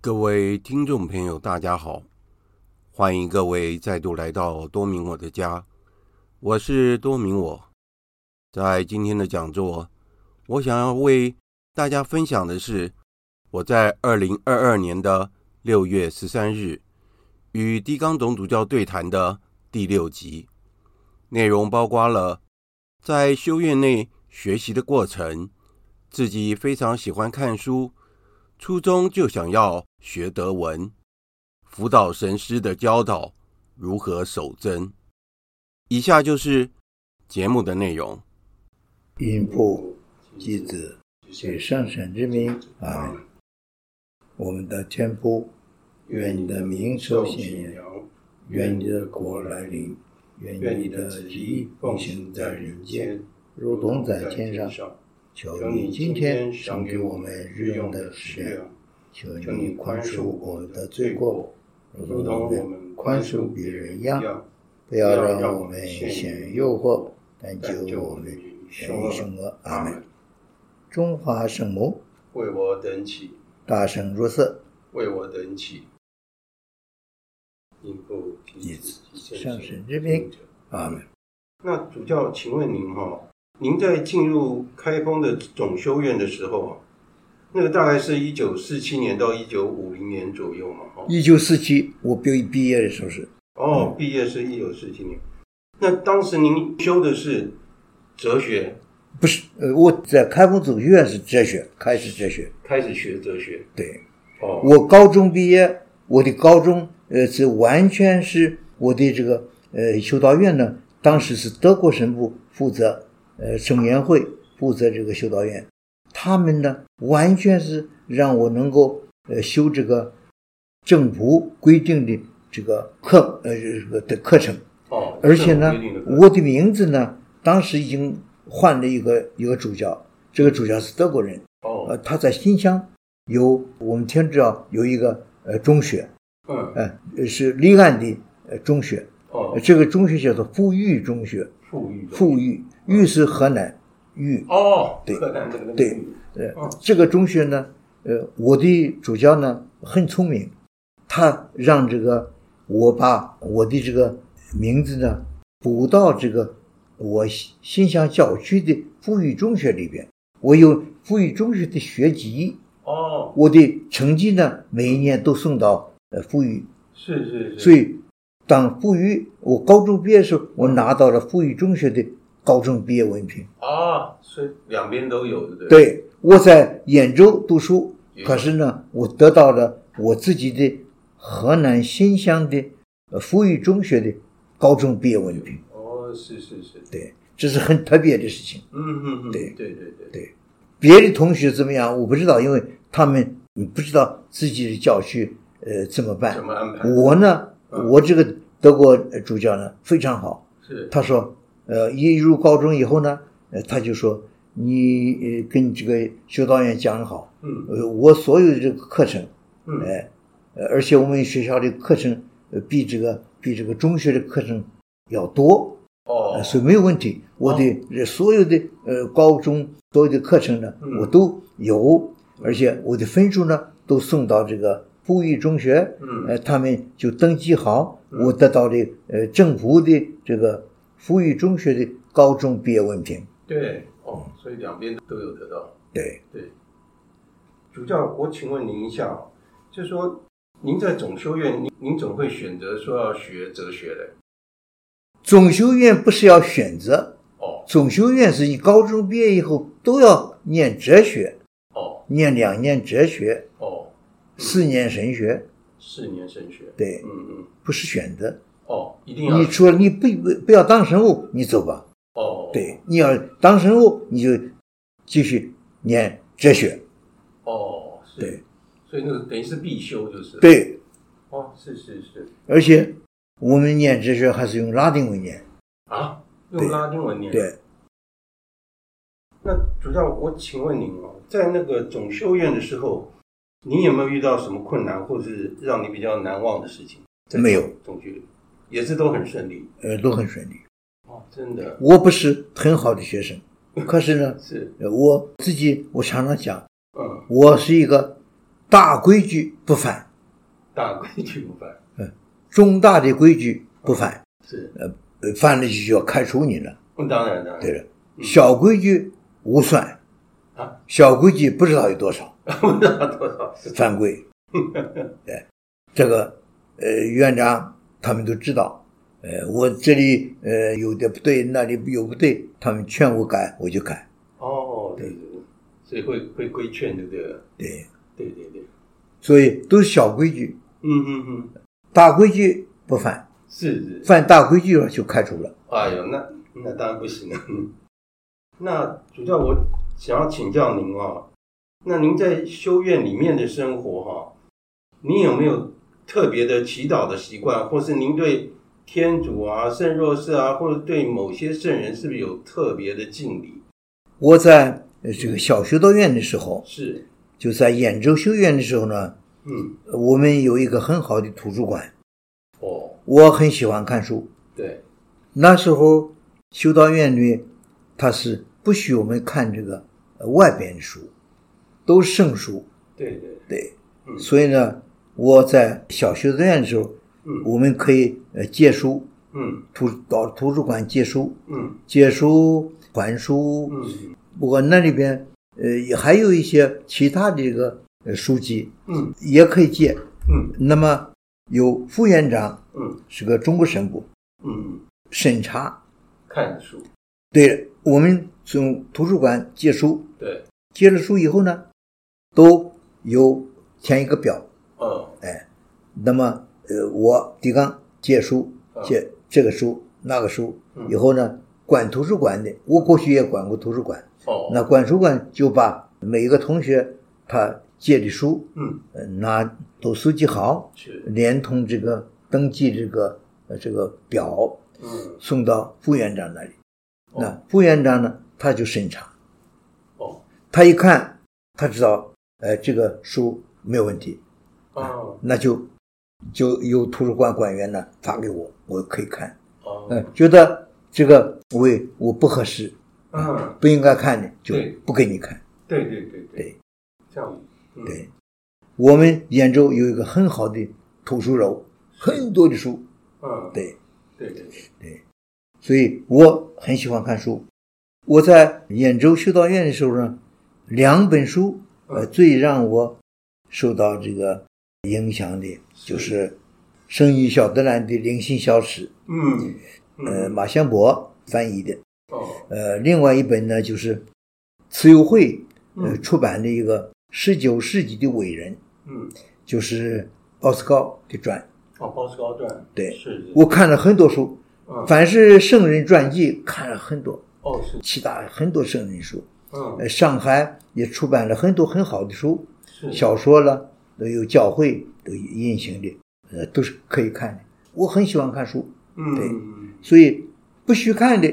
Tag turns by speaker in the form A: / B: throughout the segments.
A: 各位听众朋友，大家好，欢迎各位再度来到多明我的家，我是多明我。在今天的讲座，我想要为大家分享的是我在二零二二年的六月十三日与狄刚总主教对谈的第六集，内容包括了在修院内学习的过程，自己非常喜欢看书。初中就想要学德文，辅导神师的教导如何守贞。以下就是节目的内容。
B: 因父及子及圣神之名，阿门。我们的天父，愿你的名受显扬，愿你的国来临，愿你的旨意奉行在人间，如同在天上。求你今天赏给我们日用的食粮，求你宽恕我们的罪过，如同我们宽恕别人一样。不要让我们陷于诱惑，但救我们免于凶恶。阿门。中华圣母，
C: 为我等起，
B: 大圣若瑟，
C: 为我等起。因父
B: 以
C: 及
B: 子
C: 子
B: 及
C: 及
B: 圣
C: 圣
B: 神
C: 神
B: 之
C: 之
B: 名
C: 名。
B: 阿门。
C: 那主教，请问您哈、您在进入开封的总修院的时候啊，那个大概是一九四七年到一九五零年左右嘛，哈。
B: 一九四七，我毕毕业的时候是嗯
C: 哦，毕业是一九四七年。那当时您修的是哲学，
B: 不是？呃，我在开封总学院是哲学，开始哲学。
C: 开始学哲学。
B: 对
C: 哦，
B: 我高中毕业，我的高中呃是完全是我的这个呃修道院呢，当时是德国神父负责，呃省研会负责这个修道院，他们呢完全是让我能够呃修这个政府规定的这个课呃这个的课程。
C: 哦，
B: 而且呢
C: 这种规定的，课
B: 我的名字呢，当时已经换了一个一个主教，这个主教是德国人，呃，
C: 哦，
B: 他在新乡有我们天主教有一个呃中学，
C: 嗯，
B: 呃，是离岸的呃中学，
C: 哦
B: 呃，这个中学叫做富裕中学，
C: 富裕的，
B: 富裕裕是河南裕，
C: 哦，
B: 对
C: 河南这个
B: 对呃，这个中学呢，呃，我的主教呢很聪明，他让这个我把我的这个名字呢补到这个我新新乡教区的富裕中学里边，我有富裕中学的学籍，
C: 哦，
B: 我的成绩呢每一年都送到呃富裕，
C: 是是是，
B: 所以当富裕我高中毕业的时候，我拿到了富裕中学的高中毕业文凭。
C: 啊，所以两边都有，对不对？嗯
B: 对，我在兖州读书
C: 也，
B: 可是呢，我得到了我自己的河南新乡的呃富裕中学的高中毕业文凭，
C: 哦，是是是，
B: 对，这是很特别的事情。
C: 嗯嗯嗯，
B: 对
C: 对对对
B: 对别的同学怎么样，我不知道，因为他们嗯不知道自己的教区呃怎么办
C: 怎。么安排？
B: 我呢，
C: 嗯
B: 我这个德国主教呢非常好，
C: 是
B: 他说，呃，一入高中以后呢，呃，他就说，你呃跟这个修道院讲好，
C: 嗯
B: 呃，我所有的这个课程，
C: 嗯
B: 哎、呃，而且我们学校的课程，呃，比这个比这个中学的课程要多，
C: 哦
B: 呃，所以没有问题。我的这所有的呃高中所有的课程呢
C: 嗯，
B: 我都有，而且我的分数呢都送到这个布育中学，
C: 嗯
B: 呃，他们就登记好，
C: 嗯
B: 我得到的呃政府的这个富裕中学的高中毕业文凭。
C: 对哦，所以两边都有得到。
B: 对，
C: 对，主教，我请问您一下哦，就是说您在总修院，您您总会选择说要学哲学的
B: 总修院不是要选择，
C: 哦
B: 总修院是你高中毕业以后都要念哲学，
C: 哦
B: 念两年哲学，
C: 哦，
B: 四年神学，
C: 四年神学，
B: 对
C: 嗯嗯
B: 不是选择。
C: 哦，一定要
B: 你除了你不不不要当神父，你走吧。
C: 哦
B: 对，你要当神父，你就继续念哲学。
C: 哦是
B: 对，
C: 所以那个等于是必修就是
B: 对，
C: 哦是是是
B: 而且我们念哲学还是用拉丁文念。
C: 啊，用
B: 对
C: 拉丁文念
B: 对，
C: 那主教，我请问您哦，在那个总修院的时候，你有没有遇到什么困难，或是让你比较难忘的事情？在
B: 没有
C: 总学也是都很顺利
B: 呃，都很顺利。
C: 哦，真的
B: 我不是很好的学生，可是呢，
C: 是，
B: 呃我自己我常常讲，
C: 嗯
B: 我是一个大规矩不犯，
C: 大规 矩不犯，
B: 重大的规矩不犯，
C: 是，
B: 呃犯了就要开除你了。
C: 嗯当然当然，
B: 对了，小规矩无算
C: 啊，
B: 小规矩不知道有多少
C: 不知道 多少是，
B: 犯规。对，这个呃院长他们都知道，呃我这里呃有的不对，那里有不对，他们劝我改我就改。
C: 哦，对对对，所以会会规劝对不对？
B: 对，
C: 对对对，
B: 所以都是小规矩，
C: 嗯嗯嗯，
B: 大规矩不犯，
C: 是是，
B: 犯大规矩了就开除了。
C: 哎呦，那那当然不行了。 那主教，我想要请教您哦，那您在修院里面的生活哈、您有没有特别的祈祷的习惯，或是您对天主啊、圣若瑟啊，或者对某些圣人，是不是有特别的敬礼？
B: 我在呃这个小修道院的时候，
C: 是，
B: 就在兖州修院的时候呢，
C: 嗯，
B: 我们有一个很好的图书馆，
C: 哦，
B: 我很喜欢看书。
C: 对，
B: 那时候修道院里，他是不许我们看这个呃外边的书，都是圣书。
C: 对对，
B: 对，
C: 嗯
B: 所以呢，我在小修道院的时候，
C: 嗯
B: 我们可以呃借书，
C: 嗯
B: 图到图书馆借书，
C: 嗯
B: 借书还书。
C: 嗯
B: 不过那里边呃也还有一些其他的这个呃书籍
C: 嗯
B: 也可以借。
C: 嗯
B: 那么有副院长
C: 嗯
B: 是个中国神父，
C: 嗯，
B: 审查
C: 看书，
B: 对我们从图书馆借书，
C: 对，
B: 借了书以后呢，都有填一个表。
C: 哦，
B: 那么，呃，我狄刚借书，
C: 啊
B: 借这个书、那个书，
C: 嗯
B: 以后呢，管图书馆的，我过去也管过图书馆。
C: 哦，
B: 那管书馆就把每一个同学他借的书，
C: 嗯
B: 呃，拿都收集好，
C: 是，
B: 连同这个登记这个呃这个表
C: 嗯
B: 送到副院长那里。
C: 哦
B: 那副院长呢，他就审查。
C: 哦
B: 他一看，他知道，呃，这个书没有问题，
C: 哦
B: 那就就由图书馆管员呢发给我，我可以看。呃
C: 哦，，
B: 觉得这个为我不合适，
C: 嗯。
B: 不应该看的，就
C: 对
B: 不给你看。
C: 对对对
B: 对，
C: 这样，嗯
B: 对我们兖州有一个很好的图书楼，很多的书，
C: 嗯，
B: 对，
C: 对对对，
B: 所以我很喜欢看书。我在兖州修道院的时候呢，两本书呃
C: 嗯
B: 最让我受到这个影响的就是《圣女小德兰的灵性小史》，
C: 嗯
B: 呃，
C: 嗯，
B: 马相伯翻译的。
C: 哦，
B: 呃，另外一本呢就是慈幼会呃
C: 嗯
B: 出版的一个十九世纪的伟人，
C: 嗯，
B: 就是奥斯高的传。
C: 哦，包是高段，
B: 对
C: 是，
B: 我看了很多书，
C: 嗯，
B: 凡是圣人传记看了很多，
C: 哦是，
B: 其他很多圣人书。呃，
C: 嗯，
B: 上海也出版了很多很好的书，
C: 是，
B: 小说了，都有教会，都有印行的，呃，都是可以看的。我很喜欢看书，
C: 嗯，
B: 所以不许看的，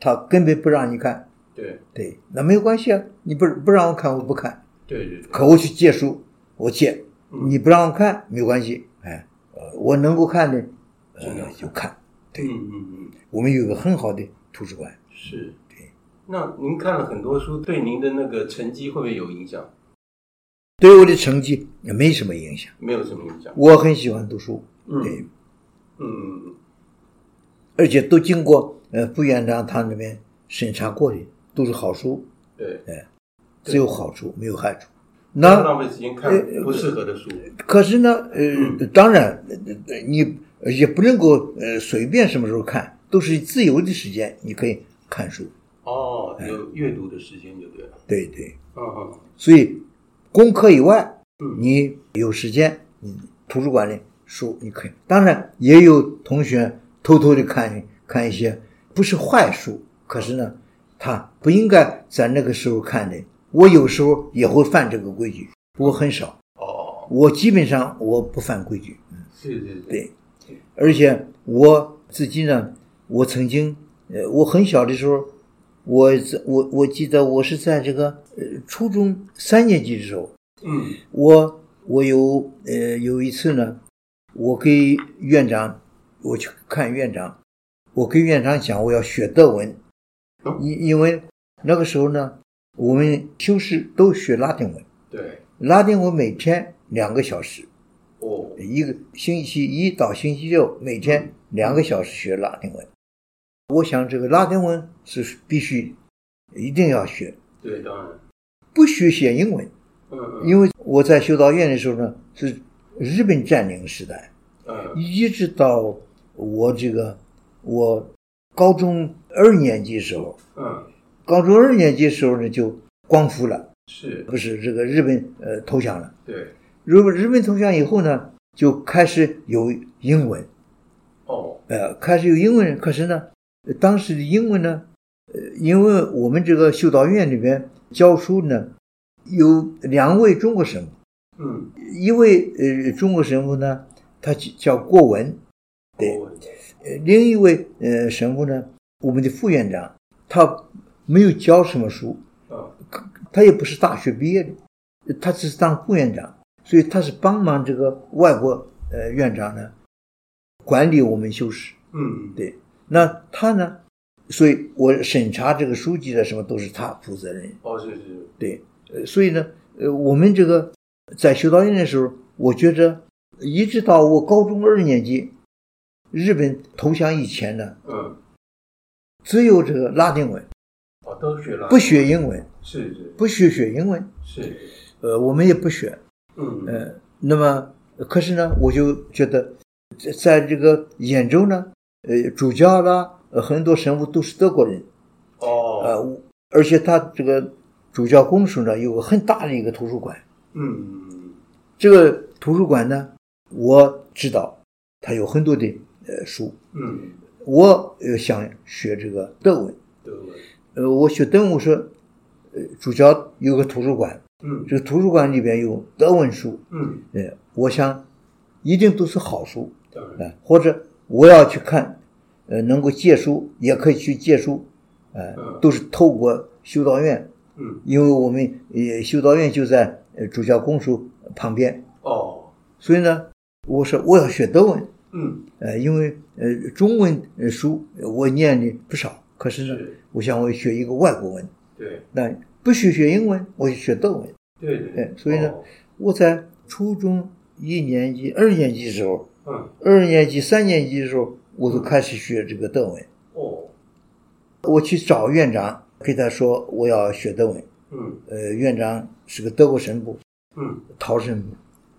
B: 他根本不让你看。
C: 对
B: 对，那没有关系啊，你不不让我看，我不看。
C: 对对对，
B: 可我去借书，我借，
C: 嗯
B: 你不让我看没关系，哎，呃我能够看的，
C: 尽量
B: 呃，
C: 看
B: 就看。
C: 嗯嗯嗯，
B: 我们有一个很好的图书馆，
C: 是，那您看了很多书，对您的那个成绩会不会有影响？
B: 对我的成绩也没什么影响。
C: 没有什么影响，
B: 我很喜欢读书，
C: 嗯
B: 对，
C: 嗯嗯
B: 而且都经过呃副院长他那边审查过的，都是好书，
C: 对，
B: 呃只有好处没有害处。
C: 不要
B: 那
C: 浪费时间看
B: 呃
C: 不适合的书，
B: 可是呢，呃，当然，呃呃你呃也不能够呃随便什么时候看，都是自由的时间，你可以看书。
C: 哦，
B: 呃
C: 有阅读的时间就对了，
B: 对对。
C: 嗯嗯
B: 所以功课以外
C: 嗯，
B: 你有时间，你图书馆里书你可以。当然，也有同学偷偷的看看一些不是坏书，可是呢，他不应该在那个时候看的。我有时候也会犯这个规矩，我很少，
C: 哦，
B: 我基本上我不犯规矩，
C: 是是是，
B: 对。而且我自己呢，我曾经，呃，我很小的时候，我在我我记得我是在这个呃初中三年级的时候，
C: 嗯
B: 我我有呃有一次呢，我给院长，我去看院长，我跟院长讲我要学德文
C: 哦，
B: 因因为那个时候呢，我们修士都学拉丁文，
C: 对，
B: 拉丁文每天两个小时，
C: 哦，
B: 一个星期一到星期六每天两个小时学拉丁文。我想这个拉丁文是必须一定要学，
C: 对，当然，
B: 不许写英文。
C: 嗯嗯
B: 因为我在修道院的时候呢，是日本占领时代，
C: 嗯
B: 一直到我这个我高中二年级时候，
C: 嗯，
B: 高中二年级时候呢就光复了，
C: 是，
B: 不是这个日本呃投降了。
C: 对，
B: 日本日本投降以后呢，就开始有英文，
C: 哦，
B: 呃，开始有英文。可是呢，呃当时的英文呢，呃，因为我们这个修道院里边教书呢，有两位中国神父。
C: 嗯，
B: 一位呃中国神父呢，他叫郭文；对
C: 国文，
B: 呃另一位呃神父呢，我们的副院长，他没有教什么书，
C: 嗯
B: 他也不是大学毕业的，他只是当副院长，所以他是帮忙这个外国呃院长呢管理我们修士。
C: 嗯，
B: 对那他呢，所以我审查这个书籍的什么都是他负责人。
C: 哦，是是，
B: 对，呃，所以呢，呃，我们这个在修道院的时候，我觉着一直到我高中二年级，日本投降以前呢，
C: 嗯，
B: 只有这个拉丁文，
C: 哦，都学了，
B: 不学英文，
C: 是是
B: 不许学英文，
C: 是，
B: 呃，我们也不学，
C: 嗯嗯
B: 呃，那么可是呢，我就觉得在在这个兖州呢，呃，主教啦，呃，很多神父都是德国人，
C: 哦，
B: 呃，而且他这个主教公署呢，有个很大的一个图书馆。
C: 嗯
B: 这个图书馆呢，我知道它有很多的呃书，
C: 嗯，
B: 我呃想学这个德文，
C: 德文，
B: 呃，我学德文我说，呃，主教有个图书馆，
C: 嗯
B: 这个图书馆里边有德文书，
C: 嗯，
B: 呃，我想一定都是好书
C: 当
B: 啊、
C: 然，
B: 或者我要去看，呃，能够借书也可以去借书，呃
C: 嗯，
B: 都是透过修道院，
C: 嗯
B: 因为我们呃修道院就在呃主教公署旁边，
C: 哦，
B: 所以呢，我说我要学德文，
C: 嗯
B: 呃，因为呃中文呃书呃我念的不少，可是呢，
C: 是，
B: 我想我学一个外国文，
C: 对
B: 那不许学英文，我就学德文。
C: 对对，
B: 哎所以呢
C: 哦，
B: 我在初中一年级、二年级的时候，
C: 嗯
B: 二年级、三年级的时候，我就开始学这个德文。
C: 哦，
B: 我去找院长，跟他说我要学德文。
C: 嗯
B: 呃，院长是个德国神父，
C: 嗯
B: 陶神父，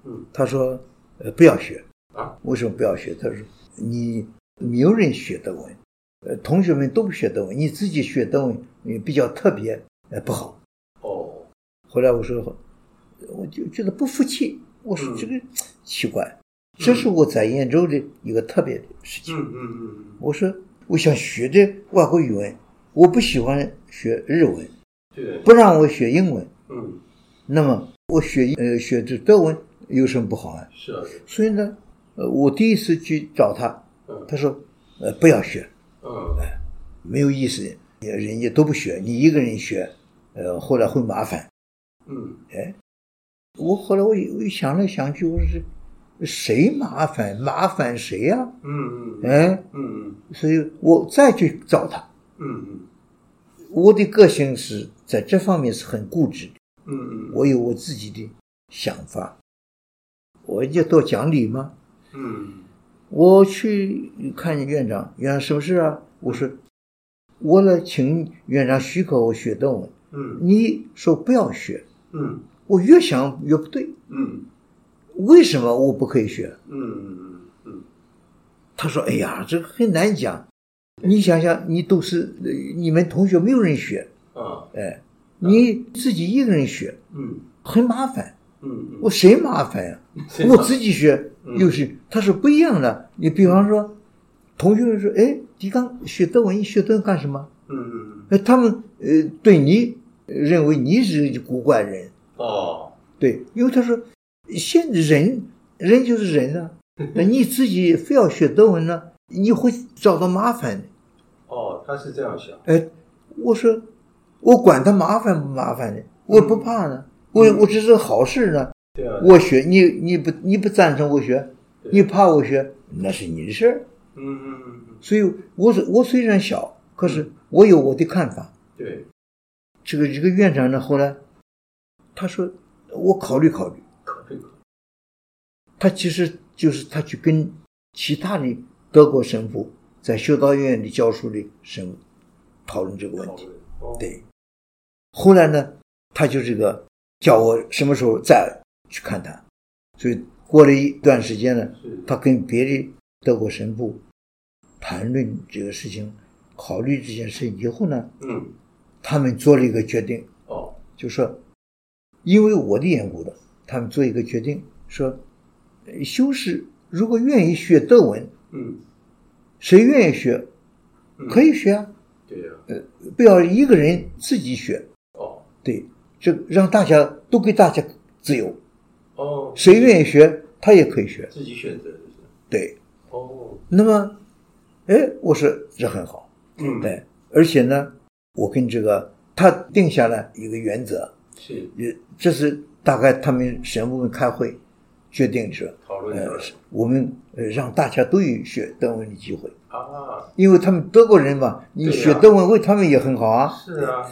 C: 嗯，
B: 他说，呃，不要学
C: 啊？
B: 为什么不要学？他说，你没有人学德文，呃，同学们都不学德文，你自己学德文，你比较特别，呃，不好。
C: 哦，
B: 后来我说，我就觉得不服气，我说
C: 嗯
B: 这个、奇怪，这是我在兖州的一个特别的事情。
C: 嗯嗯嗯嗯，
B: 我说，我想学的外国语文，我不喜欢学日文，
C: 对，
B: 不让我学英文，
C: 嗯
B: 那么我学呃学这德文有什么不好啊？
C: 是啊，
B: 所以呢，呃，我第一次去找他，
C: 嗯
B: 他说，呃，不要学，
C: 嗯
B: 没有意思，呃人家都不学，你一个人学，呃，后来会麻烦。
C: 嗯
B: 我后来我一我一想来想去，我说谁麻烦麻烦谁呀、
C: 嗯嗯嗯
B: 哎，
C: 嗯
B: 所以我再去找他。
C: 嗯
B: 我的个性是在这方面是很固执的，
C: 嗯，
B: 我有我自己的想法。我要多讲理吗？
C: 嗯
B: 我去看院长，院长什么事啊？我说，我来请院长许可我学德文。
C: 嗯
B: 你说不要学，
C: 嗯
B: 我越想越不对，
C: 嗯
B: 为什么我不可以学？
C: 嗯嗯
B: 他说：“哎呀，这个很难讲。你想想，你都是呃你们同学没有人学，
C: 啊
B: 哎，你自己一个人学
C: 嗯
B: 很麻烦。
C: 嗯，
B: 我谁麻烦呀、我自己学又是。”他说：“不一样的。你比方说，同学们说，哎，狄刚学德文，你学德文干什么？”
C: 嗯
B: 呃，他们呃对你呃认为你是古怪人，
C: 哦
B: 对，因为他说现在人人就是人啊，那你自己非要学德文呢，你会找到麻烦的。
C: 哦，他是这样想，
B: 哎，我说我管他麻烦不麻烦的，我不怕呢，我我这是好事呢。
C: 对啊，
B: 我学你你不你不赞成我学，
C: 对
B: 你怕我学，那是你的事儿。
C: 嗯嗯
B: 所以我是我虽然小，可是我有我的看法。
C: 对，
B: 这个这个院长呢，后来他说我考虑考虑，
C: 可以
B: 他其实就是他去跟其他的德国神父在修道院里教书的神父讨论这个问题。
C: 哦，
B: 对，后来呢，他就这个叫我什么时候再去看他，所以过了一段时间呢，
C: 是
B: 他跟别的德国神父谈论这个事情，考虑这件事以后呢，
C: 嗯，
B: 他们做了一个决定，
C: 哦，
B: 就说，因为我的缘故的，他们做一个决定，说，呃修士如果愿意学德文，
C: 嗯，
B: 谁愿意学，可以学啊，
C: 对啊，
B: 不要一个人自己学，
C: 哦，
B: 对，这让大家都给大家自由，
C: 哦，
B: 谁愿意学他也可以学，
C: 自己选择就是，
B: 对。
C: 哦，
B: 那么，哎，我说这很好，
C: 嗯，，
B: 对，而且呢，我跟这个他定下了一个原则，
C: 是
B: 也这是大概他们神父们开会决定说，
C: 讨论
B: 呃
C: 的，
B: 我们呃让大家都有学德文的机会，
C: 啊，
B: 因为他们德国人嘛，你
C: 对呀啊
B: 学德文为他们也很好啊。
C: 是啊，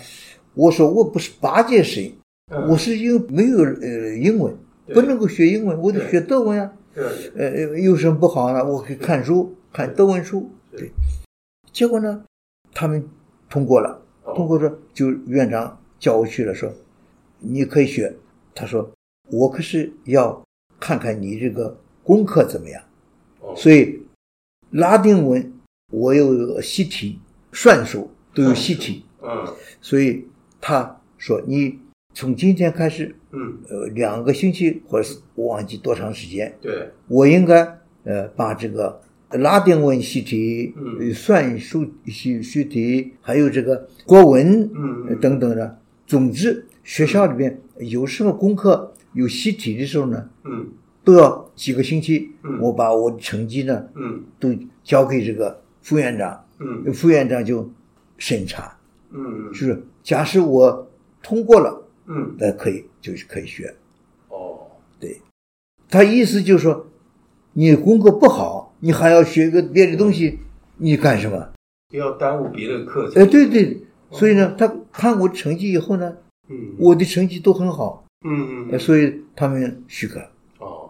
B: 我说我不是巴结谁，
C: 嗯
B: 我是因为没有呃英文，
C: 对
B: 不能够学英文，我得
C: 对
B: 学德文啊。
C: 对，
B: 呃，呃有什么不好呢？我可以看书，看德文书。
C: 对
B: 对，结果呢，他们通过了，
C: 哦
B: 通过说就院长叫我去了，说你可以学。他说我可是要看看你这个功课怎么样，
C: 哦，
B: 所以拉丁文我有习题，算术都有习题，
C: 嗯
B: 所以他说你从今天开始，
C: 嗯，
B: 呃，两个星期或者是我忘记多长时间，
C: 对，
B: 我应该呃把这个拉丁文习题、
C: 嗯
B: 呃算术习习题，还有这个国文、
C: 嗯
B: 呃
C: 嗯
B: 等等的。总之，学校里边有什么功课、有习题的时候呢，
C: 嗯
B: 都要几个星期，
C: 嗯
B: 我把我的成绩呢
C: 嗯
B: 都交给这个副院长，
C: 嗯
B: 副院长就审查，
C: 嗯
B: 就是假使我通过了，
C: 嗯，
B: 那可以就是可以学。
C: 哦，
B: 他意思就是说，你功课不好，你还要学个别的东西，你干什么？
C: 不要耽误别的课程
B: 哎，，对对，所以呢，他看我成绩以后呢，
C: 嗯，
B: 我的成绩都很好，
C: 嗯
B: 呃所以他们许可。
C: 哦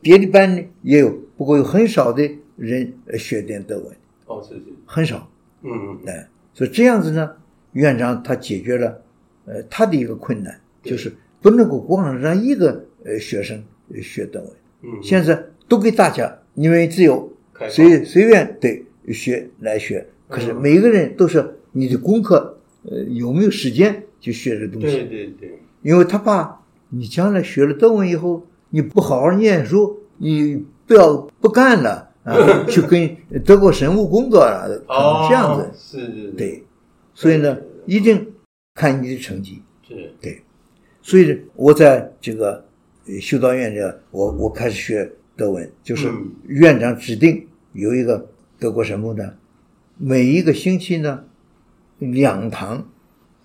B: 别的班呢也有，不过有很少的人呃学点德文，
C: 哦是是，
B: 很少。
C: 嗯
B: 哎，所以这样子呢，院长他解决了，呃，他的一个困难，就是不能够光让一个呃学生呃学德文。
C: 嗯，
B: 现在都给大家，因为自由
C: 开，放嗯
B: 随随便对学来学。可是每个人都是你的功课，呃，有没有时间去学这东
C: 对
B: 西？
C: 对对，
B: 因为他怕你将来学了德文以后，你不好好念书，你不要不干了 啊，去跟德国神父工作了，可能
C: 哦
B: 这样子。
C: 是是，是，
B: 对，所以呢，一定看你的成绩。
C: 是
B: 所以我在这个呃修道院这，我我开始学德文，就是
C: 嗯
B: 院长指定有一个德国神父呢，每一个星期呢两堂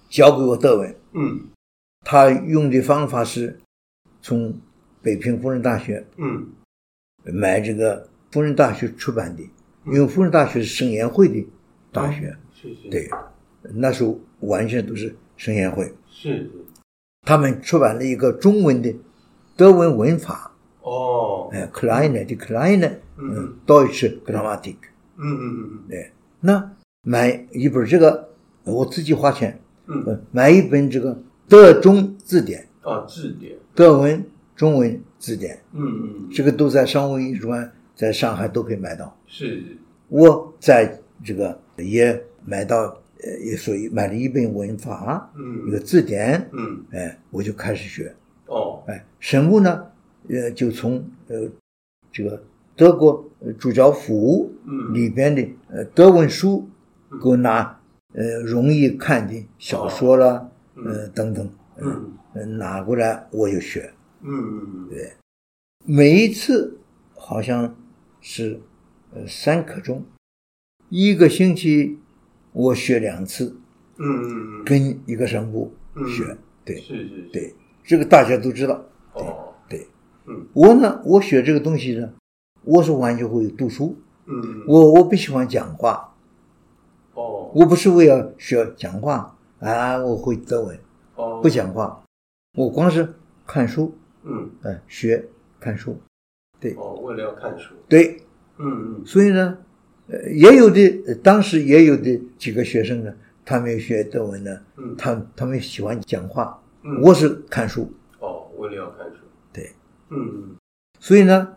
B: 教给我德文。
C: 嗯
B: 他用的方法是从北平工人大学
C: 嗯
B: 买这个工人大学出版的，因为工人大学是圣言会的大学，
C: 是是，
B: 对，那时候完全都是圣言会。
C: 是是
B: 他们出版了一个中文的德文文法，
C: 哦，
B: 呃 k l e i n e 的 k l e i n e
C: 嗯
B: 嗯，Deutsche Grammatik。
C: 嗯嗯嗯
B: 对，那买一本这个，我自己花钱，
C: 嗯嗯，
B: 呃，买一本这个德中字典，
C: 啊字典，
B: 德文、中文字典，
C: 嗯嗯
B: 这个都在商务印书馆，在上海都可以买到。
C: 是
B: 我在这个也买到，呃，也所以买了一本文法，一个
C: 嗯
B: 字典，
C: 嗯
B: 哎、我就开始学。
C: 哦
B: 哎，神父呢，呃，就从呃这个德国呃主教府
C: 嗯
B: 里边的呃德文书给我拿呃容易看的小说啦，呃等等，呃
C: 哦嗯
B: 呃拿过来我就学。
C: 嗯嗯对
B: 每一次好像是呃三刻钟，一个星期我学两次，
C: 嗯嗯
B: 跟一个神父
C: 嗯
B: 学。对
C: 是是
B: 对，这个大家都知道。
C: 哦
B: 对，
C: 嗯
B: 我呢，我学这个东西呢，我是完全会读书，
C: 嗯
B: 我我不喜欢讲话，
C: 哦
B: 我不是为了学讲话啊，我会德文，
C: 哦
B: 不讲话，我光是看书，哎
C: 嗯
B: 嗯、学看书，对
C: 哦，为了要看书，
B: 对，
C: 嗯嗯，
B: 所以呢，呃也有的呃当时也有的几个学生呢，他们学德文呢，
C: 嗯
B: 他他们喜欢讲话，
C: 嗯
B: 我是看书，
C: 哦，为了要看书，
B: 对，
C: 嗯嗯
B: 所以呢，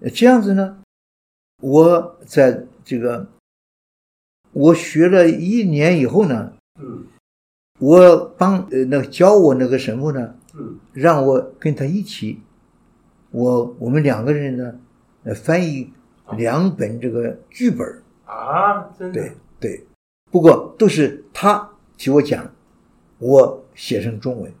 B: 呃这样子呢，我在这个我学了一年以后呢，
C: 嗯
B: 我帮呃那个教我那个神父呢，
C: 嗯
B: 让我跟他一起，我我们两个人呢，呃翻译两本这个剧本儿，
C: 啊，真的，
B: 对对，不过都是他替我讲，我写成中文，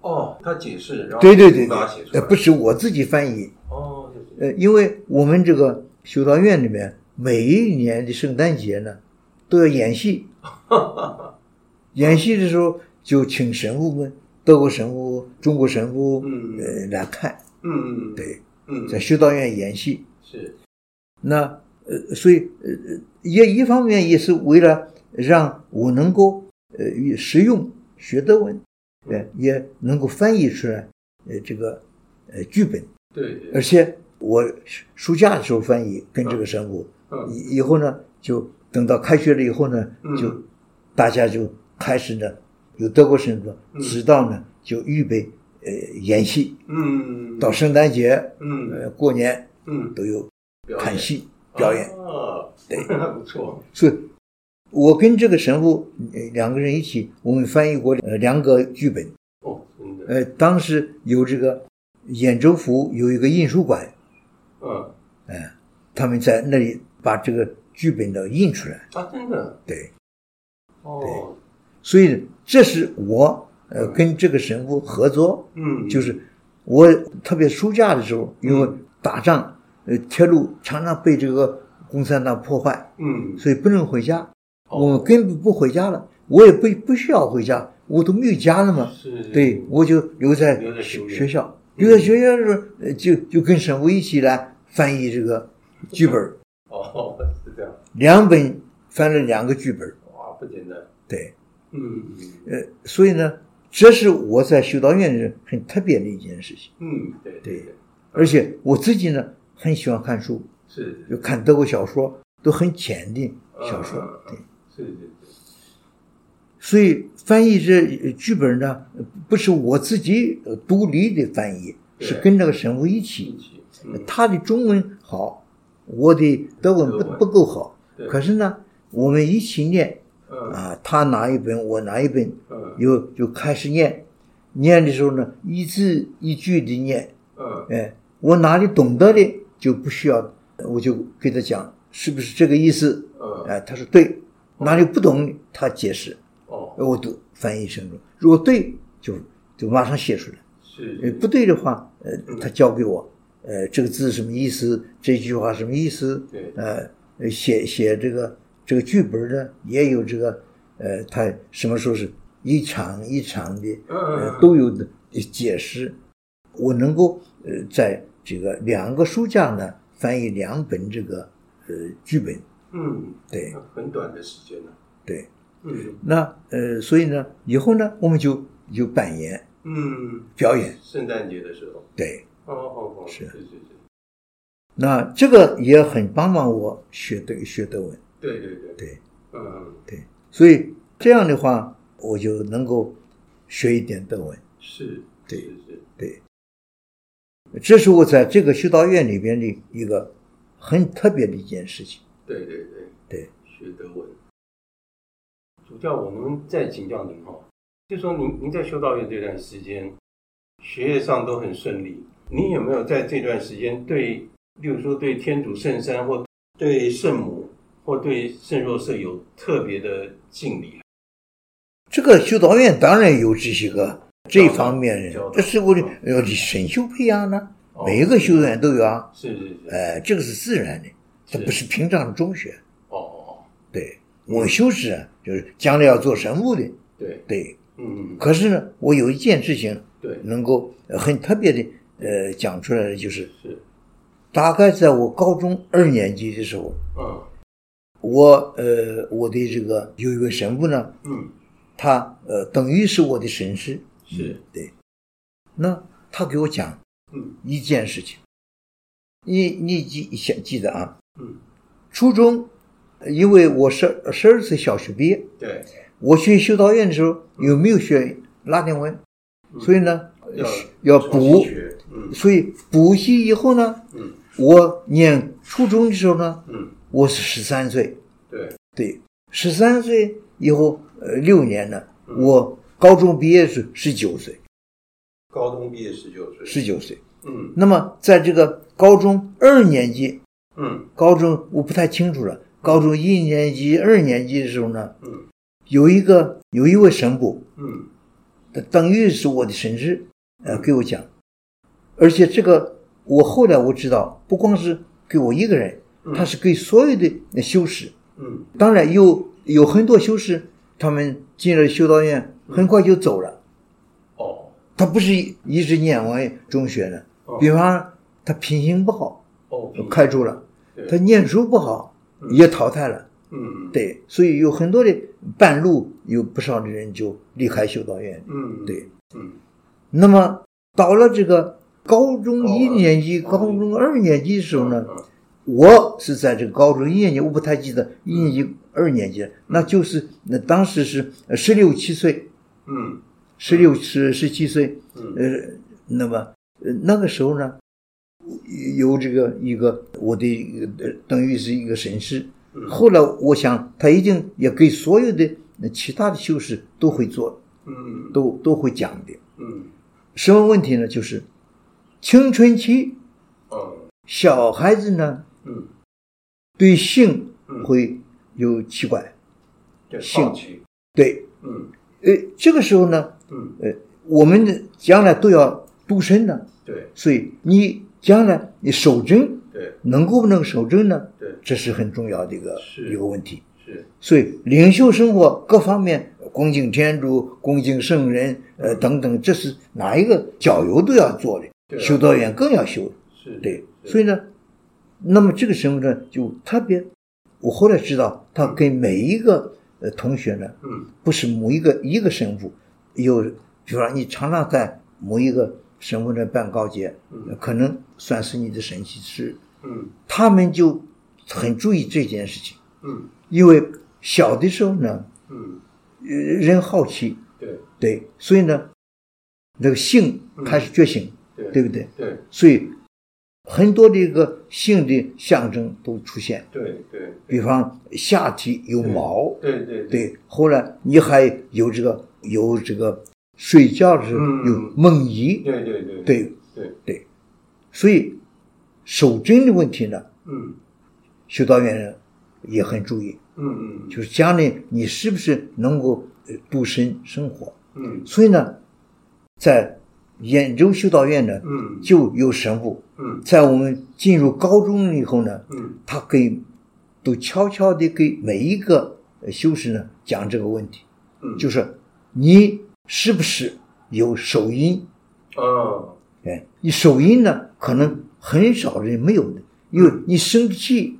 C: 哦，他解释，然后
B: 对对对
C: 把它写出
B: 对，
C: 来，
B: 呃不是我自己翻译，
C: 哦，就是
B: 呃，因为我们这个修道院里面每一年的圣诞节呢，都要演戏，演戏的时候就请神父们，德国神父、中国神父，
C: 嗯
B: 呃，来看，
C: 嗯嗯，
B: 对，
C: 嗯，
B: 在修道院演戏。
C: 是，
B: 那呃，所以呃，呃也一方面也是为了让我能够呃实用学德文，呃，也能够翻译出来呃这个呃剧本，
C: 对嗯对，
B: 而且我暑假的时候翻译跟这个神父，
C: 嗯
B: 以以后呢就等到开学了以后呢
C: 嗯，
B: 就大家就开始呢有德国神父，
C: 嗯
B: 直到呢就预备呃演戏，
C: 嗯，
B: 到圣诞节
C: 嗯
B: 呃过年
C: 嗯，
B: 都有
C: 表演
B: 看戏表演。
C: 啊，
B: 对，
C: 不错，
B: 所以，我跟这个神父呃两个人一起，我们翻译过呃两个剧本。
C: 哦，真的，
B: 呃，当时有这个兖州府有一个印书馆，
C: 嗯
B: 他们在那里把这个剧本呢印出来。
C: 啊，真的，
B: 对，
C: 哦，
B: 所以这是我呃跟这个神父合作，
C: 嗯，
B: 就是我特别暑假的时候，因为打仗，呃，铁路常常被这个共产党破坏，
C: 嗯，
B: 所以不能回家。
C: 哦
B: 我根本不回家了，我也不不需要回家，我都没有家了嘛。
C: 是，
B: 对，我就留在
C: 留在
B: 学
C: 学
B: 学校，
C: 嗯
B: 留在学校的时候，呃就就跟沈父一起来翻译这个剧本儿，
C: 哦， 是这样，
B: 两本翻了两个剧本儿。
C: 哇，不简单，
B: 对，
C: 嗯
B: 呃，所以呢，这是我在修道院是很特别的一件事情，
C: 嗯，对对，
B: 而且我自己呢很喜欢看书，
C: 是
B: 就看德国小说，都很浅的小说。对，
C: 是是
B: 所以翻译这呃剧本呢，呃不是我自己呃独立的翻译，
C: 对
B: 是跟那个神父一起。
C: 是，嗯
B: 他的中文好，我的德文不
C: 德文
B: 不够好
C: 对，
B: 可是呢，我们一起念
C: 嗯
B: 啊，他拿一本，我拿一本，
C: 嗯
B: 又就开始念。念的时候呢，一字一句的念，
C: 嗯
B: 哎，我哪里懂得的就不需要，我就给他讲是不是这个意思，
C: 嗯，
B: 哎，他说对，哪里不懂他解释，
C: 哦，
B: 我都翻译成中。如果对，就就马上写出来；呃，
C: 是，
B: 不对的话，呃，他交给我，呃，这个字什么意思？这句话什么意思？
C: 对
B: 呃，呃写写这个这个剧本呢，也有这个，呃，他什么时候是一场一场的，呃
C: 嗯，
B: 都有的呃解释。我能够呃，在这个两个书架呢，翻译两本这个呃剧本，
C: 嗯，
B: 对
C: 很短的时间呢，
B: 对。
C: 嗯
B: 那呃，所以呢，以后呢，我们就有扮演。
C: 嗯，
B: 表演。
C: 圣诞节的时候，
B: 对，
C: 哦哦哦，是是是，
B: 那这个也很帮忙我学德学德文。
C: 对对对，
B: 对
C: 嗯
B: 对，所以这样的话，我就能够学一点德文。
C: 是，
B: 对
C: 是是，
B: 对，这是我在这个修道院里边的一个很特别的一件事情。
C: 对对对。
B: 对，
C: 学德文。主教，我们再请教您哈，就说您您在修道院这段时间，学业上都很顺利，你有没有在这段时间对，例如说对天主圣山或对圣母或对圣若瑟有特别的敬礼？啊
B: 这个修道院当然有这些个这方面人
C: 哦教导，
B: 这是我的要的神修培养呢
C: 哦。
B: 每一个修道院都有啊，
C: 是是是，
B: 呃，这个是自然的，它
C: 是
B: 不是平常的中学。
C: 哦哦，
B: 对，我修士啊，就是将来要做神父的。
C: 对，
B: 对，
C: 嗯，
B: 可是呢，我有一件事情
C: 对，
B: 能够呃很特别的呃讲出来的，就是
C: 是，
B: 大概在我高中二年级的时候，
C: 嗯
B: 我呃我的这个有一位神父呢，
C: 嗯，
B: 他呃等于是我的神师，
C: 是，
B: 对，那他给我讲
C: 嗯
B: 一件事情，你你记想记得啊？
C: 嗯，
B: 初中，因为我十十二岁小学毕业，
C: 对，
B: 我去修道院的时候有没有学拉丁文？
C: 嗯
B: 所以呢，
C: 要
B: 要
C: 重新
B: 补，
C: 学，嗯
B: 所以补习以后呢，
C: 嗯
B: 我念初中的时候呢，
C: 嗯，
B: 我是十三岁，
C: 对，
B: 对，十三岁以后，呃，六年呢，
C: 嗯
B: 我高中毕业是十九岁，
C: 高中毕业十九岁，
B: 十九岁。
C: 嗯
B: 那么在这个高中二年级，
C: 嗯
B: 高中我不太清楚了，高中一年级、二年级的时候呢，
C: 嗯
B: 有一个有一位神父，
C: 嗯
B: 等于是我的神师，呃，给我讲，而且这个我后来我知道，不光是给我一个人，
C: 嗯
B: 他是给所有的修士，
C: 嗯
B: 当然有有很多修士，他们进了修道院，很快就走了，
C: 哦
B: 他不是一直念完中学的
C: 哦，
B: 比方他品行不好，
C: 哦，
B: 开除了，
C: 对
B: 他念书不好也淘汰了，
C: 嗯
B: 对，所以有很多的半路有不少的人就离开修道院，
C: 嗯
B: 对。
C: 嗯
B: 那么到了这个高中一年级、
C: 高二
B: 高中二年级的时候呢，
C: 嗯嗯
B: 我是在这个高中一年级，我不太记得一年级、二年
C: 嗯
B: 级了，那就是那当时是十六七岁，
C: 嗯
B: 十六十十七岁，
C: 嗯
B: 呃，那么呃那个时候呢，有这个一个我的一个呃等于是一个神师。
C: 嗯
B: 后来我想，他一定也给所有的呃其他的修士都会做，
C: 嗯
B: 都都会讲的。
C: 嗯
B: 什么问题呢？就是青春期
C: 哦
B: 小孩子呢，
C: 嗯
B: 对性
C: 嗯
B: 会有奇怪，
C: 对，
B: 兴
C: 兴趣
B: 对，
C: 嗯
B: 呃，这个时候呢，呃
C: 嗯
B: 我们将来都要独身的，
C: 对
B: 所以你将来你守贞
C: 对
B: 能够不能守贞呢？
C: 对
B: 这是很重要的一个
C: 是
B: 一个问题。
C: 是
B: 所以领袖生活各方面，恭敬天主、恭敬圣人，呃，等等，这是哪一个教友都要做
C: 嗯对
B: 的，
C: 啊
B: 修道院更要修。
C: 是
B: 对，
C: 是
B: 所以呢，那么这个时候呢，就特别，我后来知道，他给每一个呃同学呢，
C: 嗯
B: 不是某一个一个神父，有，比方你常常在某一个神父那办告解，
C: 嗯
B: 可能算是你的神奇师，
C: 嗯
B: 他们就很注意这件事情，
C: 嗯
B: 因为小的时候呢，
C: 嗯
B: 呃人好奇，
C: 对
B: 对，所以呢，那个性开始觉醒，
C: 嗯
B: 对
C: 对
B: 不对？
C: 对
B: 所以很多的一个性的象征都出现，
C: 对对
B: 比方下体有毛，
C: 对对
B: 对，后来你还有这个有这个睡觉的时候
C: 嗯
B: 有梦遗，
C: 对对对
B: 对
C: 对
B: 对，所以守贞的问题呢，
C: 嗯
B: 修道院人也很注意，
C: 嗯嗯
B: 就是将来你是不是能够呃独身生活，
C: 嗯
B: 所以呢，在兖州修道院呢
C: 嗯
B: 就有神父。
C: 嗯
B: 在我们进入高中以后呢，
C: 嗯
B: 他给都悄悄地给每一个呃修士呢讲这个问题，
C: 嗯
B: 就是你是不是有手淫？
C: 哦
B: 哎，你手淫呢，可能很少人没有的，因为你生气，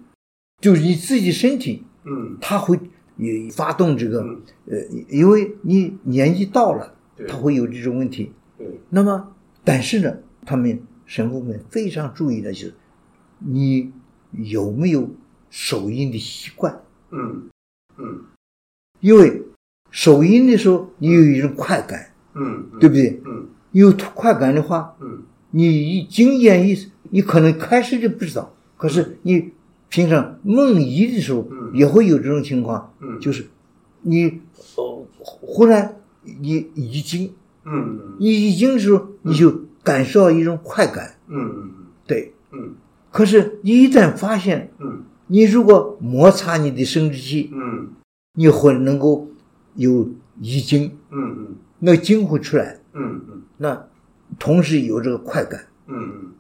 B: 就是你自己身体，
C: 嗯
B: 它会也发动这个
C: 嗯
B: 呃，因为你年纪到了，
C: 对
B: 它会有这种问题。
C: 对
B: 那么，但是呢，他们神父们非常注意的就是，你有没有手淫的习惯？
C: 嗯嗯
B: 因为手淫的时候，你有一种快感，
C: 嗯
B: 对不对？
C: 嗯
B: 你有快感的话，
C: 嗯
B: 你一经验一，你可能开始就不知道，可是你平常梦遗的时候
C: 嗯，
B: 也会有这种情况，
C: 嗯
B: 就是你呃忽然你已经
C: 嗯
B: 你已经的时候，你就感受到一种快感，
C: 嗯
B: 对。
C: 嗯
B: 可是，你一旦发现
C: 嗯
B: 你如果摩擦你的生殖器，
C: 嗯
B: 你会能够有遗精，
C: 嗯
B: 那精会出来，
C: 嗯
B: 那同时有这个快感。
C: 嗯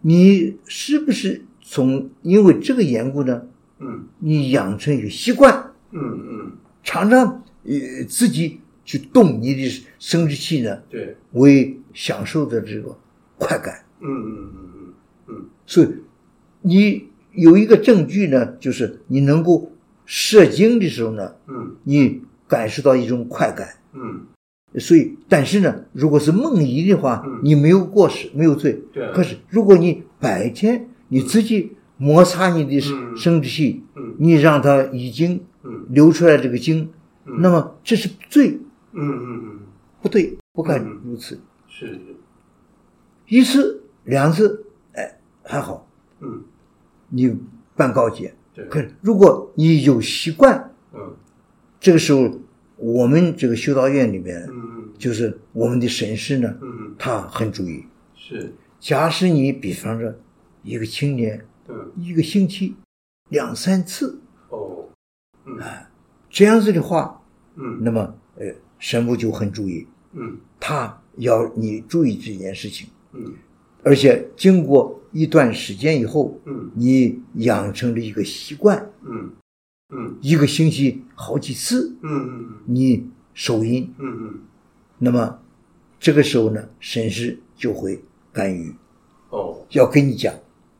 B: 你是不是从因为这个缘故呢？
C: 嗯
B: 你养成一个习惯，
C: 嗯嗯
B: 常常呃自己去动你的生殖器呢，
C: 对
B: 为享受的这个快感。
C: 嗯嗯嗯嗯
B: 所以你有一个证据呢，就是你能够射精的时候呢，
C: 嗯
B: 你感受到一种快感。
C: 嗯
B: 所以，但是呢，如果是梦遗的话
C: 嗯，
B: 你没有过失，没有罪
C: 对。
B: 可是，如果你白天你自己摩擦你的
C: 嗯
B: 生殖器，
C: 嗯
B: 你让它已经
C: 嗯
B: 流出来这个精，
C: 嗯
B: 那么这是罪，
C: 嗯嗯嗯，
B: 不对，不该
C: 嗯
B: 如此。
C: 是是，
B: 一次两次，哎，还好，
C: 嗯
B: 你办告解。
C: 对，
B: 可是如果你有习惯，
C: 嗯
B: 这个时候我们这个修道院里面，
C: 嗯
B: 就是我们的神师呢，
C: 嗯嗯
B: 他很注意。
C: 是，
B: 假使你比方说一个青年
C: 嗯
B: 一个星期两三次
C: 哦，嗯
B: 这样子的话，
C: 嗯
B: 那么呃，神父就很注意，
C: 嗯
B: 他要你注意这件事情，
C: 嗯
B: 而且经过一段时间以后，
C: 嗯
B: 你养成了一个习惯，
C: 嗯嗯
B: 一个星期好几次
C: 嗯嗯
B: 你手淫，
C: 嗯嗯
B: 那么这个时候呢，神师就会干预，
C: 哦，
B: 要跟你讲，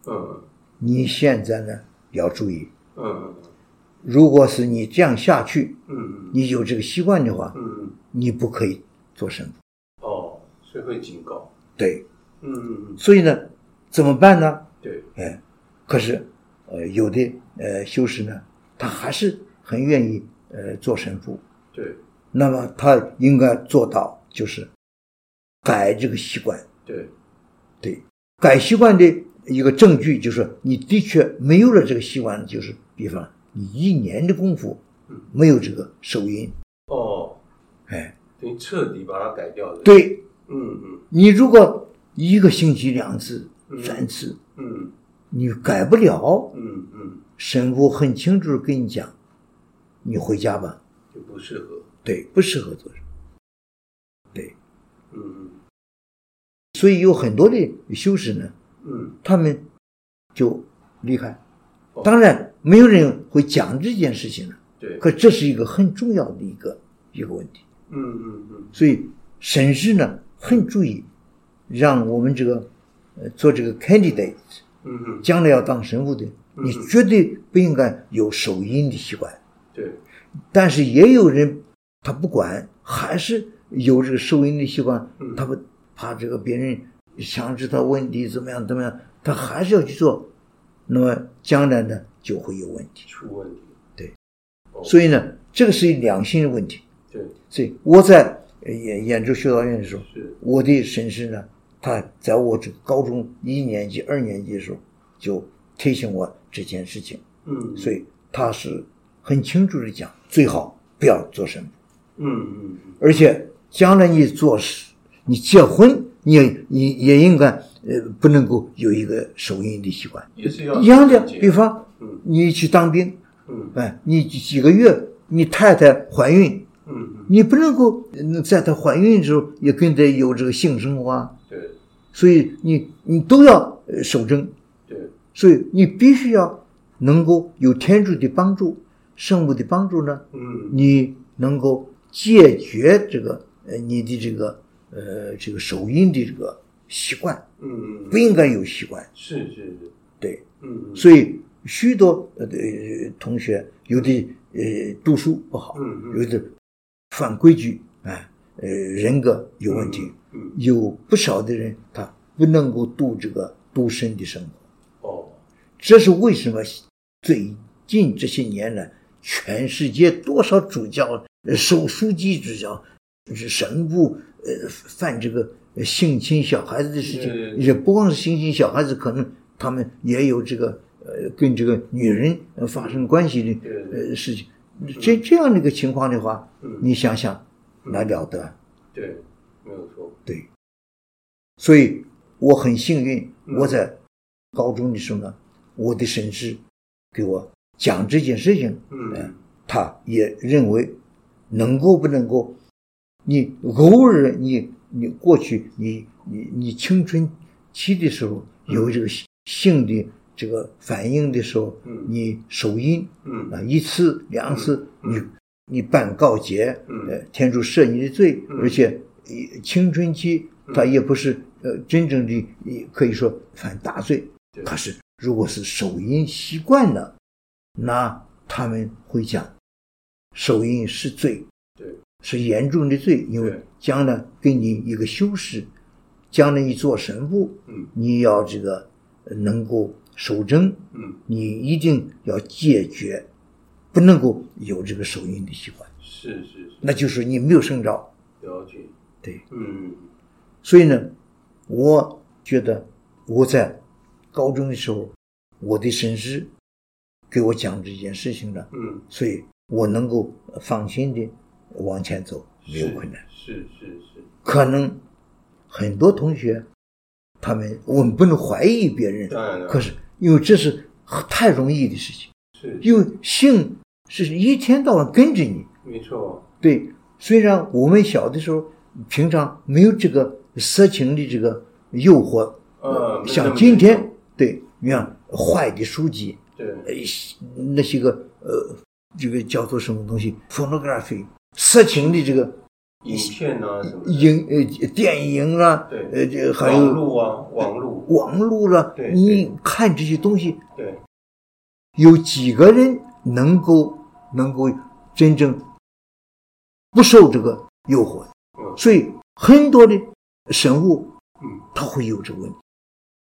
C: 嗯
B: 你现在呢要注意，
C: 嗯
B: 如果是你这样下去，
C: 嗯
B: 你有这个习惯的话，
C: 嗯
B: 你不可以做神父。
C: 哦，是会警告，
B: 对，
C: 嗯嗯嗯
B: 所以呢，怎么办呢？
C: 对，
B: 哎，可是，呃，有的呃修士呢，他还是很愿意呃做神父。
C: 对
B: 那么他应该做到就是改这个习惯，
C: 对
B: 对，改习惯的一个证据就是你的确没有了这个习惯，就是比方你一年的功夫
C: 嗯
B: 没有这个手淫，
C: 哦，
B: 哎，
C: 等于彻底把它改掉了，，
B: 对
C: 嗯
B: 你如果一个星期两次、
C: 嗯
B: 三次，
C: 嗯嗯
B: 你改不了，
C: 嗯嗯，
B: 神父很清楚地跟你讲，你回家吧，
C: 就不适合，
B: 对，不适合做。
C: 嗯
B: 所以有很多的修士呢，
C: 嗯
B: 他们就离开
C: 哦。
B: 当然，没有人会讲这件事情了，
C: 对，
B: 可这是一个很重要的一个一个问题。
C: 嗯嗯嗯
B: 所以，审视呢很注意，让我们这个呃做这个 candidate，
C: 嗯嗯，
B: 将来要当神父的，
C: 嗯
B: 你绝对不应该有手淫的习惯。
C: 对，
B: 但是也有人他不管，还是有这个收银的习惯
C: 嗯，
B: 他不怕这个别人想知道问题怎么样怎么样，他还是要去做，那么将来呢就会有问题。
C: 出问题，哦
B: 所以呢，这个是良心的问题。
C: 对，
B: 所以我在呃演演奏修道院的时候，
C: 是，
B: 我的神师呢，他在我这个高中一年级、二年级的时候就提醒我这件事情，
C: 嗯，
B: 所以他是很清楚的讲，最好不要做什么。
C: 嗯嗯嗯，
B: 而且将来你做事，你结婚，你也你也应该呃不能够有一个手淫的习惯。
C: 也是要
B: 一样的，
C: 理解
B: 比方
C: 嗯
B: 你去当兵，
C: 嗯
B: 哎，你几几个月，你太太怀孕，
C: 嗯嗯，
B: 你不能够嗯在她怀孕的时候也跟着有这个性生活啊，
C: 对
B: 所以你你都要呃守贞，
C: 对，
B: 所以你必须要能够有天主的帮助，圣母的帮助呢，
C: 嗯
B: 你能够解决这个呃你的这个呃这个手淫的这个习惯，
C: 嗯
B: 不应该有习惯。
C: 是是是，
B: 对，
C: 嗯
B: 所以许多呃呃同学有的呃读书不好，
C: 嗯嗯
B: 有的犯规矩啊，呃人格有问题，
C: 嗯
B: 有不少的人他不能够度这个独身的生活，
C: 哦，
B: 这是为什么？最近这些年来，全世界多少主教、呃首书记主教、是神父，呃，犯这个呃性侵小孩子的事
C: 对
B: 情，也不光是性侵小孩子，可能他们也有这个呃跟这个女人呃发生关系的
C: 对对
B: 呃事情。这这样的一个情况的话
C: 嗯，
B: 你想想，哪了得啊？
C: 对，没有错，
B: 所以我很幸运，
C: 嗯
B: 我在高中的时候呢，我的神师给我讲这件事情，呃
C: 嗯
B: 他也认为能够不能够，你偶尔你你过去你你你青春期的时候
C: 嗯
B: 有这个性性的这个反应的时候
C: 嗯，
B: 你手淫啊
C: 嗯
B: 一次两次，
C: 嗯
B: 你
C: 嗯
B: 你办告解，
C: 嗯
B: 呃，天主赦你的罪
C: 嗯，
B: 而且呃青春期
C: 嗯
B: 他也不是呃真正的呃可以说犯大罪
C: 对，
B: 可是如果是手淫习惯了，那他们会讲手淫是罪，
C: 对，
B: 是严重的罪，因为
C: 对
B: 将来给你一个修饰，将来你做神父，
C: 嗯
B: 你要这个呃能够守贞，
C: 嗯，
B: 你一定要戒绝，不能够有这个守阴的习惯，
C: 是是是，
B: 那就是你没有圣兆。
C: 了解，
B: 对，
C: 嗯
B: 所以呢，我觉得我在高中的时候，我的神师给我讲这件事情了，
C: 嗯，
B: 所以我能够放心的往前走，没有困难。
C: 是是是，
B: 可能很多同学，他们我们不能怀疑别人，
C: 当然了，
B: 可是因为这是太容易的事情，
C: 是
B: 因为性是一天到晚跟着你。
C: 没错，
B: 对，虽然我们小的时候平常没有这个色情的这个诱惑，
C: 呃，没那
B: 像
C: 么
B: 今
C: 严
B: 天
C: 重，
B: 对，你看坏的书籍，呃
C: 对，
B: 那些个呃，这个叫做什么东西，pornography，色情的这个
C: 影片啊什么的，
B: 影呃电影啦、
C: 对
B: 呃这还
C: 网
B: 有
C: 络啊，网络，
B: 网络啦、
C: 对
B: 你看这些东西，
C: 对，
B: 有几个人能够能够真正不受这个诱惑？
C: 嗯
B: 所以很多的神物
C: 嗯，
B: 他会有这个问题。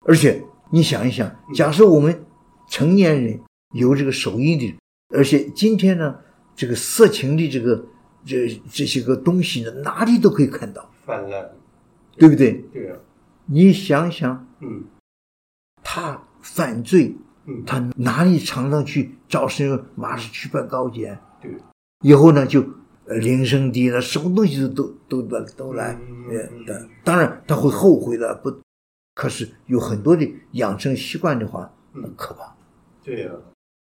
B: 而且你想一想，
C: 嗯
B: 假设我们成年人有这个手艺的，而且今天呢，这个色情的这个这这些个东西呢，哪里都可以看到，
C: 泛滥，
B: 对不对？
C: 对啊，
B: 你想想，
C: 嗯
B: 他犯罪，
C: 嗯，
B: 他哪里常常去招生，马上去办高检，
C: 对，
B: 以后呢就呃铃声低了，什么东西都都都都来，
C: 嗯
B: 呃
C: 嗯，
B: 当当然他会后悔的，不，可是有很多的养成习惯的话，
C: 嗯
B: 很可怕，
C: 对啊，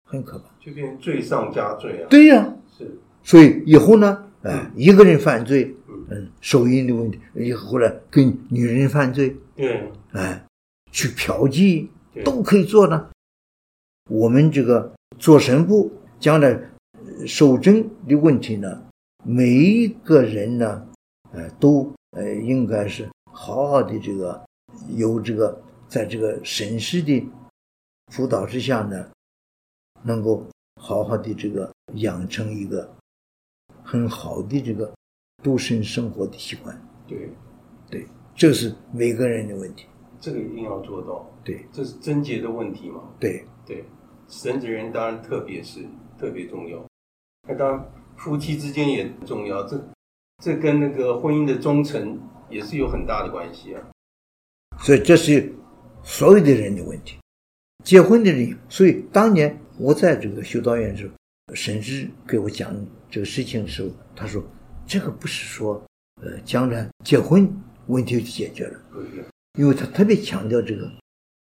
B: 很可怕。
C: 就变成罪上加罪啊，
B: 对呀、
C: 是，
B: 所以以后呢，呃，一个人犯罪，
C: 嗯
B: 嗯，手淫的问题，以后呢跟女人犯罪，
C: 对，
B: 哎，去嫖妓
C: 对
B: 都可以做呢。我们这个做神父将来呃守贞的问题呢，每一个人呢，呃，都呃应该是好好的这个有这个在这个神师的辅导之下呢，能够好好的这个养成一个很好的这个独身生活的习惯。
C: 对，
B: 对，这是每个人的问题。
C: 这个一定要做到，
B: 对
C: 这是贞洁的问题嘛，
B: 对。
C: 对，神职人当然特别是特别重要，那当然夫妻之间也很重要，这这跟那个婚姻的忠诚也是有很大的关系啊，
B: 所以这是所有的人的问题。结婚的人，所以当年我在这个修道院的时候，神师给我讲这个事情的时候，他说：“这个不是说，呃，将来结婚问题就解决了，
C: 对不对？
B: 因为他特别强调这个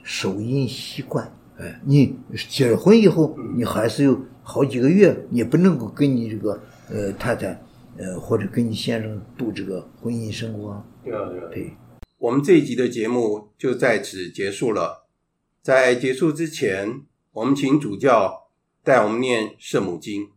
B: 守阴习惯。哎，你结了婚以后，你还是有好几个月，你不能够跟你这个呃太太，呃或者跟你先生度这个婚姻生活啊。
C: 对啊，对啊，
B: 对，
A: 我们这一集的节目就在此结束了。在结束之前，我们请主教带我们念圣母经。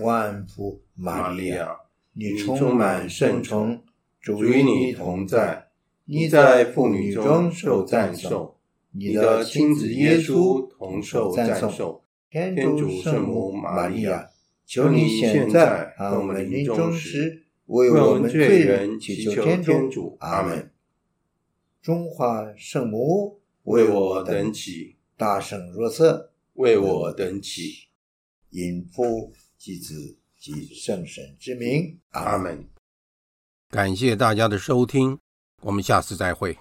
B: 万福玛利亚。”啊你
A: 你
B: 充
A: 充
B: 满
A: 满
B: 圣
A: 圣
B: 宠
A: 宠，
B: 主
A: 主与
B: 与
A: 你
B: 你
A: 同
B: 同
A: 在
B: 在，，
A: 你
B: 你
A: 在
B: 在
A: 妇
B: 妇
A: 女
B: 女
A: 中
B: 中
A: 受
B: 受
A: 赞
B: 赞
A: 颂
B: 颂，
A: 你
B: 你
A: 的
B: 的
A: 亲
B: 亲
A: 子
B: 子
A: 耶
B: 耶
A: 稣
B: 稣
A: 同
B: 同
A: 受
B: 受
A: 赞
B: 赞
A: 颂
B: 颂。
A: 天
B: 天
A: 主
B: 主
A: 圣
B: 圣
A: 母
B: 母
A: 玛
B: 玛
A: 利
B: 利
A: 亚
B: 亚，
A: 求
B: 求
A: 你
B: 你
A: 现在
B: 现在
A: 和
B: 和
A: 我
B: 我
A: 们
B: 们
A: 临
B: 临
A: 终
B: 终
A: 时
B: 时，为
A: 为我
B: 我
A: 们
B: 们
A: 罪
B: 罪
A: 人
B: 人
A: 祈
B: 祈
A: 求
B: 求
A: 天
B: 天
A: 主
B: 主。
A: 阿
B: 阿
A: 门
B: 门。中华圣母
A: 为我等，起，
B: 大圣若瑟，
A: 为我等起。
B: 引父及子及圣神之名，
A: 阿。门。感谢大家的收听，我们下次再会。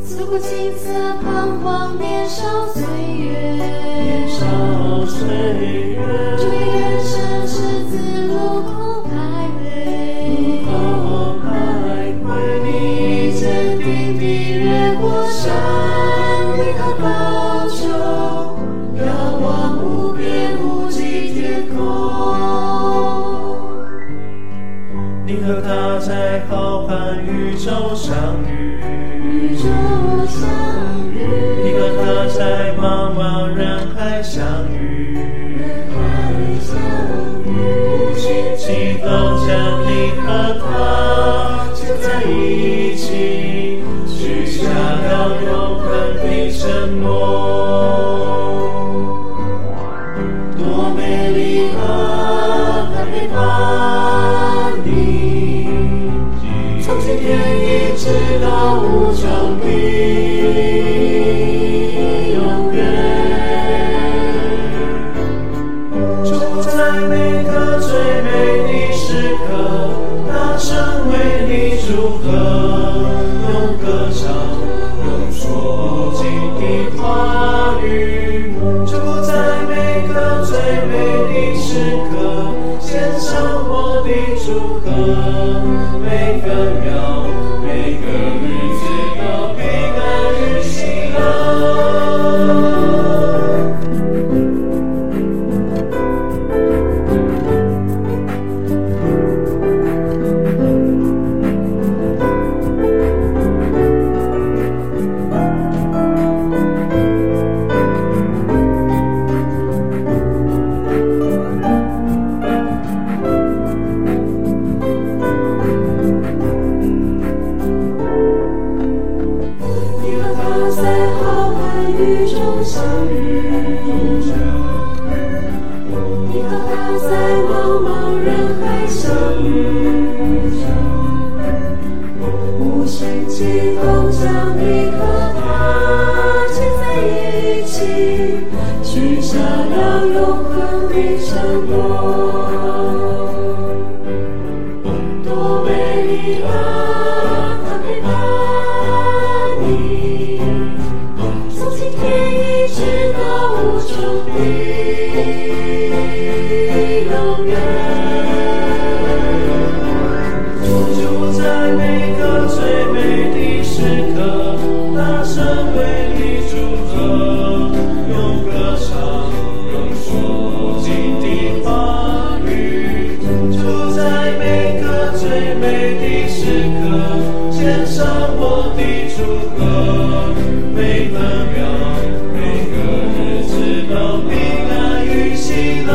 D: 走过几次彷徨，年少岁
E: 年
D: 月，
E: 少岁
D: 追
E: 月
D: 人生是自路口徘徊，
E: 多徘
D: 你
E: 徊，
D: 坚定地越过山岭和高丘，遥望无边无际天空。
E: 你和他在浩瀚宇宙相遇，
D: 宇宙相遇，
E: 你和他在茫茫人海遇，
D: 相
E: 不寻祈祷将你和他牵在一起，许下了永恒的承诺。多美丽啊，看你盼你，从今天一直到无穷的永远。就在每个最美的时刻，大声为你祝贺，用歌唱，用说不尽的话语。就在每个最美的时刻，献上我的祝贺，每个秒，每个日子都平安与喜乐。
D: 你和他在浩瀚宇宙相遇，你和他在茫茫人海相遇，无心悸动将你和他牵在一起，许下了永恒的承诺。多美丽啊，它陪伴你，从今天一直到无穷的永远。
E: 就在每个最美的时刻，大声为你祝贺，用歌唱，用说不尽的话语。就在每个最美的时刻，献上我的祝贺，每分秒，每个日子都平安与喜乐。